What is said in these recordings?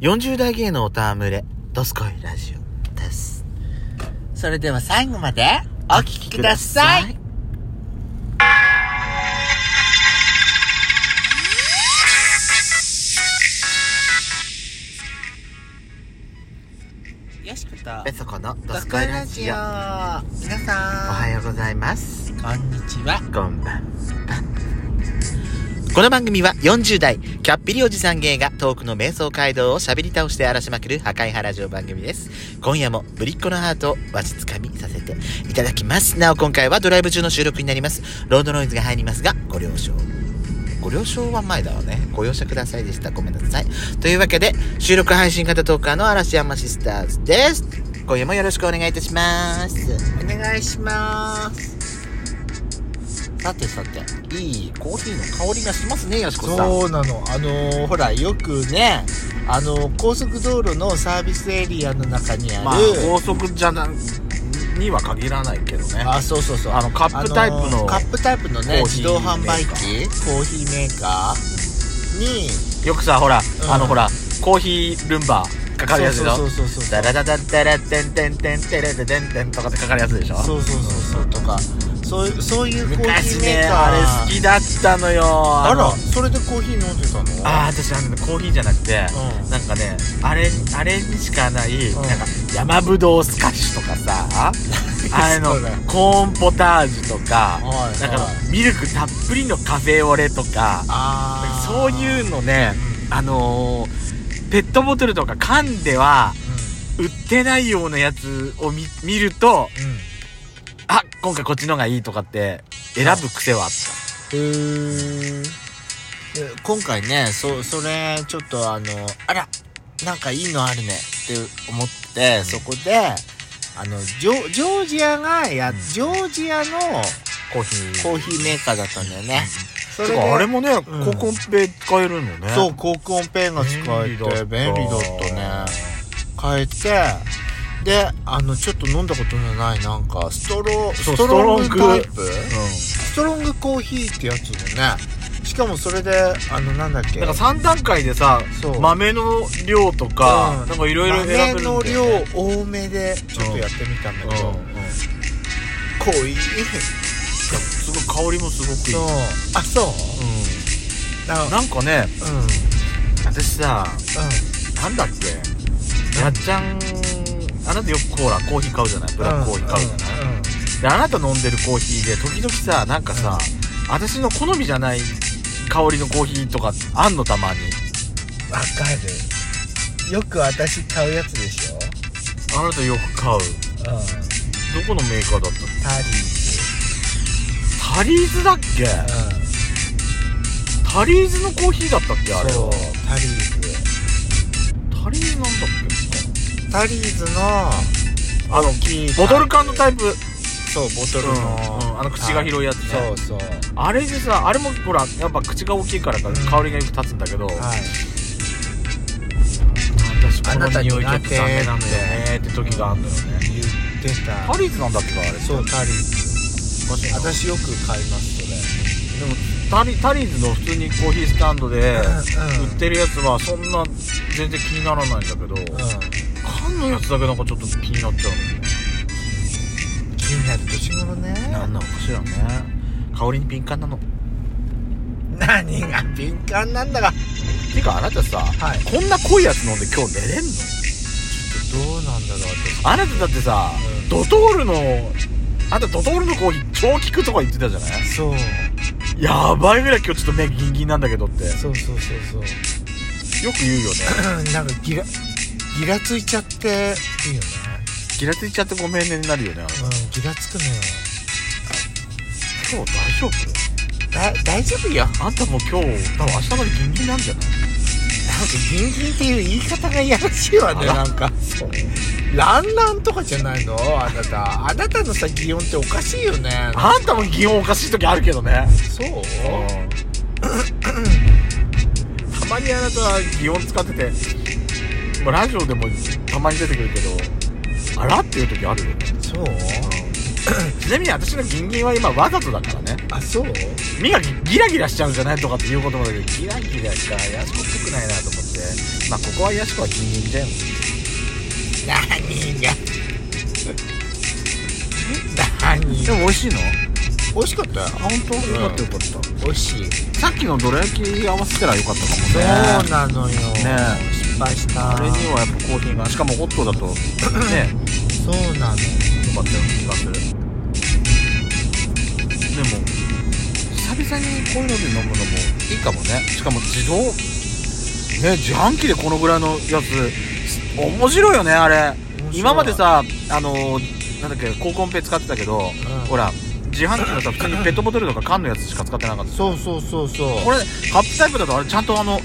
40代芸能おたわむれ、ドスコイラジオです。それでは最後までお聞きください。。よしことベソコのドドススココイイララジジオ。オ。皆おさはようございます。ん、こんにちは。こんばんは。この番組は40代、キャッピリおじさん芸が遠くの瞑想街道を喋り倒して荒らしまくる破壊派ラジオ番組です。今夜もぶりっ子のハートをわしつかみさせていただきます。なお今回はドライブ中の収録になります。ロードノイズが入りますが、ご了承。ご了承は前だわね。ご容赦くださいでした。ごめんなさい。というわけで、収録配信型トーカーの嵐山シスターズです。今夜もよろしくお願いいたします。お願いします。さてさて、いいコーヒーの香りがしますね、よしこさん。そうなのあのーほらよくねあのー高速道路のサービスエリアの中にある、まあ、高速じゃなには限らないけどねあそうそうそうあのカップタイプのあーカップタイプのねコー自ヒー動販売メー機カコーヒーメーカーによくさほら、うんあのほらコーヒールンバーかかるやつでしょそうそうそうそダうラダダダラテンテンテンテレテテンテンとかってかかるやつでしょそうそうそうそうとかそういうそういうコーヒ昔ーメねーカーあれ好きだったのよああのらそれでコーヒー飲んでたのあー私あのねコーヒーじゃなくて、うんなんかねあれあれにしかない、んなんか山ぶどうスカッシュとかさあのそれコーンポタージュとか、はいなんかはいミルクたっぷりのカフェオレとかあーそういうのね、あのーペットボトルとか缶では売ってないようなやつを見見ると、うんうんあ、今回こっちのがいいとかって選ぶ癖はあっうーんで今回ねそそれちょっとあのあらなんかいいのあるねって思ってそこであのジョジョージアがやジョージアのた。コーヒー。コーヒーメーカーだったんだよねそてでかあれもね、コんコンペ使えるのね。そうコークオンペンが使えて便利だったね変えてであのちょっと飲んだことのないなんかストローそうストロンストグロタンイグプうストロングコーヒーってやつだねしかもそれであのなんだっけん。なんか3段階でさそう、豆の量とか、うんなんかいろいろ選べるんだよ、ね。豆の量多めでちょっとやってみたんだけど、うんうん。いや濃いすごい香りもすごくいい。そうあそううなんん。かなんかね、うんうん私さ、なんだっけやっちゃんあなたよくコーラコーヒー買うじゃないブラックコーヒー買うじゃない、うんうんであなた飲んでるコーヒーで時々さなんかさ、私の好みじゃない香りのコーヒーとかあんのたまにわかるよく私買うやつでしょあなたよく買ううんどこのメーカーだったタリーのタリーズだっけズタリーズのコーヒーだったっけあうんれそうはタリーズタリーズなんだっタリーズのけあのキーボトル缶のタイプ、そうボトルうんの、うんあの口が広いやつねそうそうあれでさあれもほらやっぱ口が大きいからか香りがよく立つんだけど、はい私この匂いちょっとダメなのよねって時があんのよね言ってたタリーズなんだっけかあれそうタリーズおかしいなでも私よく買いますそれタリタリーズの普通にコーヒースタンドでうんうん売ってるやつはそんな全然気にならないんだけど、う缶のやつだけなんかちょっと気になっちゃうん気になる年頃ねのなんなのかしらね香りに敏感なのて何が敏感なんだかいうかあなたさ、はいこんな濃いやつ飲んで今日寝れんのどうなんだろう私あなただってさ、うんドトールのあんたドトールのコーヒー超効くとか言ってたじゃないそうやばいぐらい今日ちょっと目ギンギンなんだけどってそうそうそうそよく言うよねう なんかギラギラついちゃっていいよねギラついちゃってごめんねになるよねあなたうんギラつくのよ今日大丈夫だ大丈夫よなんかあんたもう今日多分明日までギンギンなんじゃないギンギンっていう言い方がいやらしいわねあらなんかランランとかじゃないのあなたあなたのさ擬音っておかしいよねあんたもギンおかしい時あるけどねそうたまにあなたは擬音使ってて、まあ、ラジオでもたまに出てくるけどあらっていう時あるよねそうちなみに私のギンギンは今わざとだからねあそう目がギギラギラしちゃうんじゃないとかっていうこともだけどギラギラかやしこっぽくないなと思ってまあここはヤシコは人間じゃん何が何でも美味しいの美味しかったよあ本当よかったよかっ美味しいたさっきのどら焼き合わせたらよかったかもそうねなのよ、ね失敗したあれにはやっぱコーヒーがしかもホットだ とねそうなのよかったような気がするでも久々にこういうので飲むのもいいかもねしかも自動ね自販機でこのぐらいのやつ面白いよねあれ白い今までさあのなんだっけ高コンペ使ってたけど、ほら自販機のさ普通にペットボトルとか缶のやつしか使ってなかったそうそうそうそうこれカップタイプだとあれちゃんとあの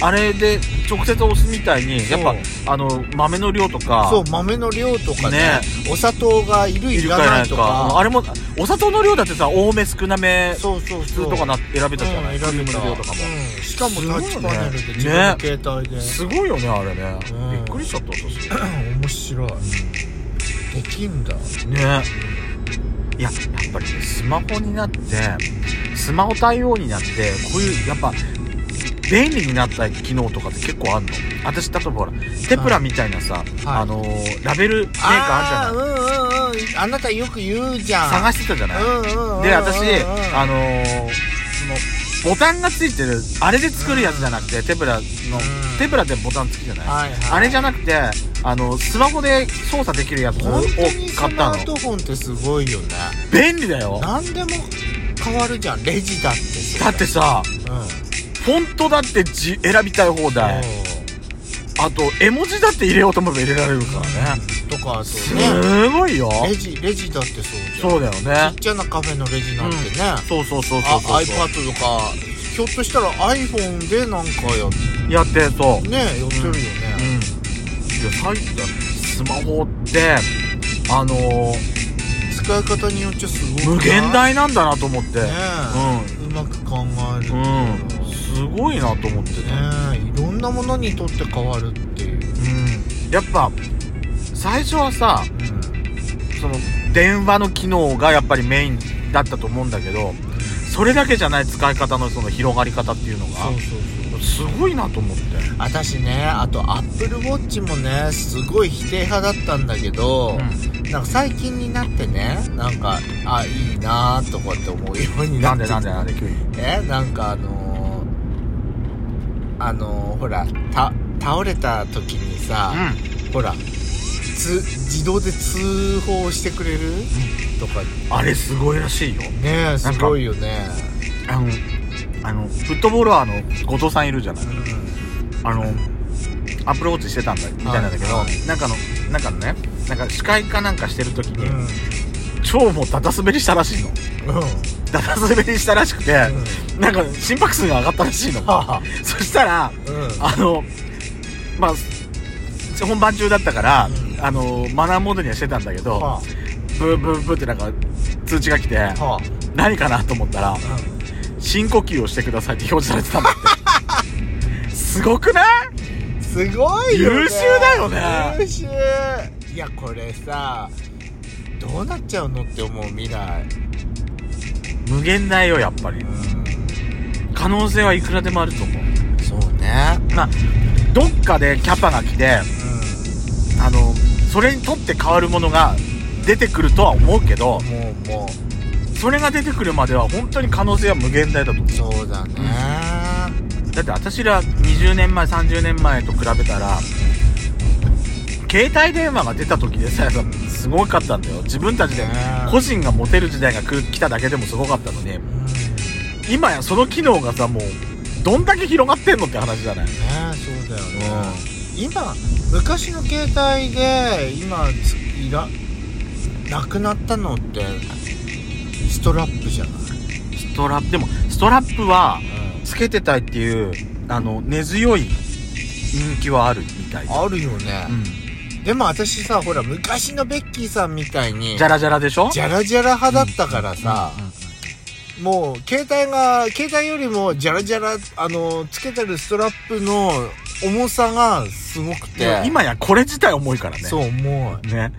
あれで直接押すみたいにやっぱあの豆の量とかそう豆の量とかねねお砂糖がいるいいるらかいなないいととかかあれもお砂糖の量だってさ多め少なめそうそう普そう通とかな選べたじゃなういんクリ選ーべムたの量とかもうんしかもすごいねタッチパネルで自分の携帯で、すごいよねあれねうんびっくりしちゃった私面白いできんだねいややっぱりねスマホになってスマホ対応になってこういうやっぱ便利になった機能とかって結構あんの私例えばほらテプラみたいなさ、あのーラベルメーカーあるじゃないあーうんうんうんあなたよく言うじゃん探してたじゃない、うんうんうんうんで私うんあのーそのボタンがついてるあれで作るやつじゃなくて、テプラの、んテプラでボタンつくじゃない、はいはいあれじゃなくてあのスマホで操作できるやつを本当にスマ買ったのートフォンってすごいよね便利だよ何でも変わるじゃんレジだってだってさうんうんフォントだってじ選びたい放題、あと絵文字だって入れようと思えば入れられるからね、とかあとねすごいよレジレジだってそうじゃんそうだよちねっちゃなカフェのレジなんてね、そうそうそうあそうそう iPad とかひょっとしたら iPhone でなんかやっやってそうねやってるうよね、ん、いや最近スマホってあのー使い方によっちゃすごい無限大なんだなと思って、ねえ、うまく考えるうねんすごいなと思ってね、えいろんなものにとって変わるっていう、うん、やっぱ最初はさその電話の機能がやっぱりメインだったと思うんだけどそれだけじゃない使い方のその広がり方っていうのそうがそうそうすごいなと思って私ねあと AppleWatch もねすごい否定派だったんだけど、なんか最近になってねなんかあいいなーとかって思うようにななっんてできなたんでなんで急にえなんかあのー、あのー、ほらた倒れた時にさ、ほらつ自動で通報してくれる、とかうんあれすごいらしいよねえすごいよねあのあのフットボーラーの後藤さんいるじゃないあの、アップローチしてたんだ、みたいなんだけど、はなんかの、なんかのね、なんか司会かなんかしてる時うんに、超もうダダ滑りしたらしいの。うんうんダダ滑りしたらしくて、なんか心拍数が上がったらしいの。はあそしたら、うんあの、まあ、本番中だったから、あの、マナーモードにはしてたんだけど、はブーブーブーってなんか通知が来て、あは何かなと思ったら、深呼吸をしてくださいって表示されてたんだって。 すごくないあすごいよ、ね、優秀だよね優秀いやこれさどうなっちゃうのって思う未来無限大よやっぱり可能性はいくらでもあると思うそうねまあどっかでキャパが来てあのそれにとって変わるものが出てくるとは思うけどうんもうもうそれが出てくるまでは本当に可能性は無限大だと思そうだね、うだって私ら20年前30年前と比べたら携帯電話が出た時でさえさすごかったんだよ自分たちで個人が持てる時代が来来ただけでもすごかったのに今やその機能がさもうどんだけ広がってんのって話じゃないねそうだよね、今昔の携帯で今ついらなくなったのってストラップじゃない、ストラップでもストラップはつけてたいっていうあの根強い人気はあるみたいであるよねう、んでも私さほら昔のベッキーさんみたいにじゃらじゃらでしょじゃらじゃら派だったからさ、もう携帯が携帯よりもじゃらじゃらあのつけてるストラップの重さがすごくでて、今やこれ自体重いからねそう思うね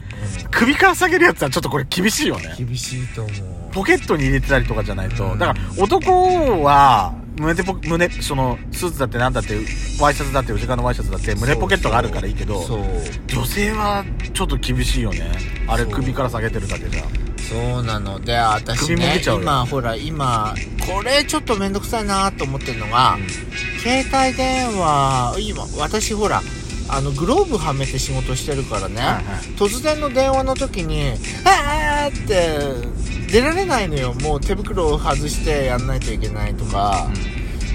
首から下げるやつはちょっとこれ厳しいよね厳しいと思うポケットに入れてたりとかじゃないと、うんだから男は胸ポ胸そのスーツだってなんだってワイシャツだってウジカのワイシャツだって胸ポケットがあるからいいけどそう女性はちょっと厳しいよねあれ首から下げてるだけじゃそうなので私首もね出ちゃうよ今ほら今これちょっと面倒くさいなと思ってるのが、携帯電話今私ほらあのグローブはめて仕事してるからはね、いはい突然の電話の時に「ああ!」って出られないのよもう手袋を外してやんないといけないとか、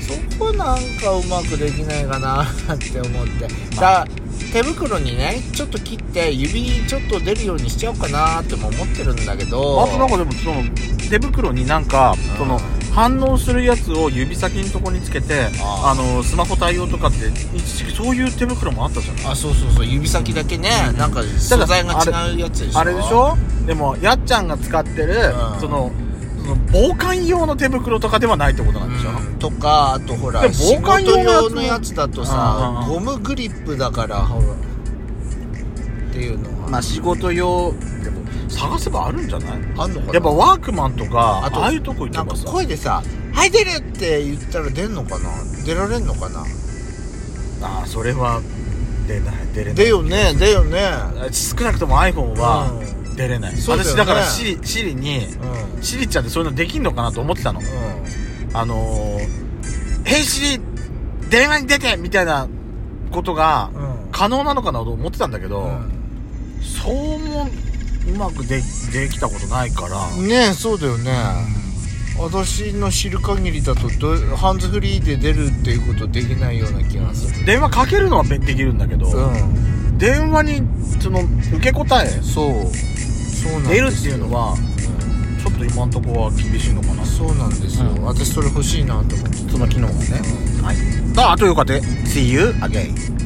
そこなんかうまくできないかなって思って、だ手袋にねちょっと切って指ちょっと出るようにしちゃおうかなっても思ってるんだけどあとなんかでもその手袋になんかその反応するやつを指先のとこにつけてああのスマホ対応とかって一時期そういう手袋もあったじゃないあそうそうそう指先だけねなんか素材が違うやつでしょあれでしょでもやっちゃんが使ってるうんそのその防寒用の手袋とかではないってことなんでしょうんとかあとほらでも仕防寒事用のやつ用のやつだとさうんゴムグリップだからほらっていうのはまあ仕事用でも探せばあるんじゃないあんのかなやっぱワークマンとかあとああいうとこ行けなんかばさ声でさ「はい出る!」って言ったら出んのかな出られんのかなああそれは出ない出れない出よね出よね少なくとも iPhone はうん出れない、そうだよ私ねだからシリシリにうんうんシリちゃんってそういうのできんのかなと思ってたのあのー「へいシリ電話に出て!」みたいなことがうん可能なのかなと思ってたんだけど、うそうもうまくでできたことないから、んねえそうだよね私の知る限りだとどハンズフリーで出るっていうことできないような気がする電話かけるのはできるんだけど、うん電話にその受け答えそうそうなんです出るっていうのはちょっと今んとこは厳しいのかなそうなんですよ、うん私それ欲しいなと思ってその機能がねはいああとよかった See you again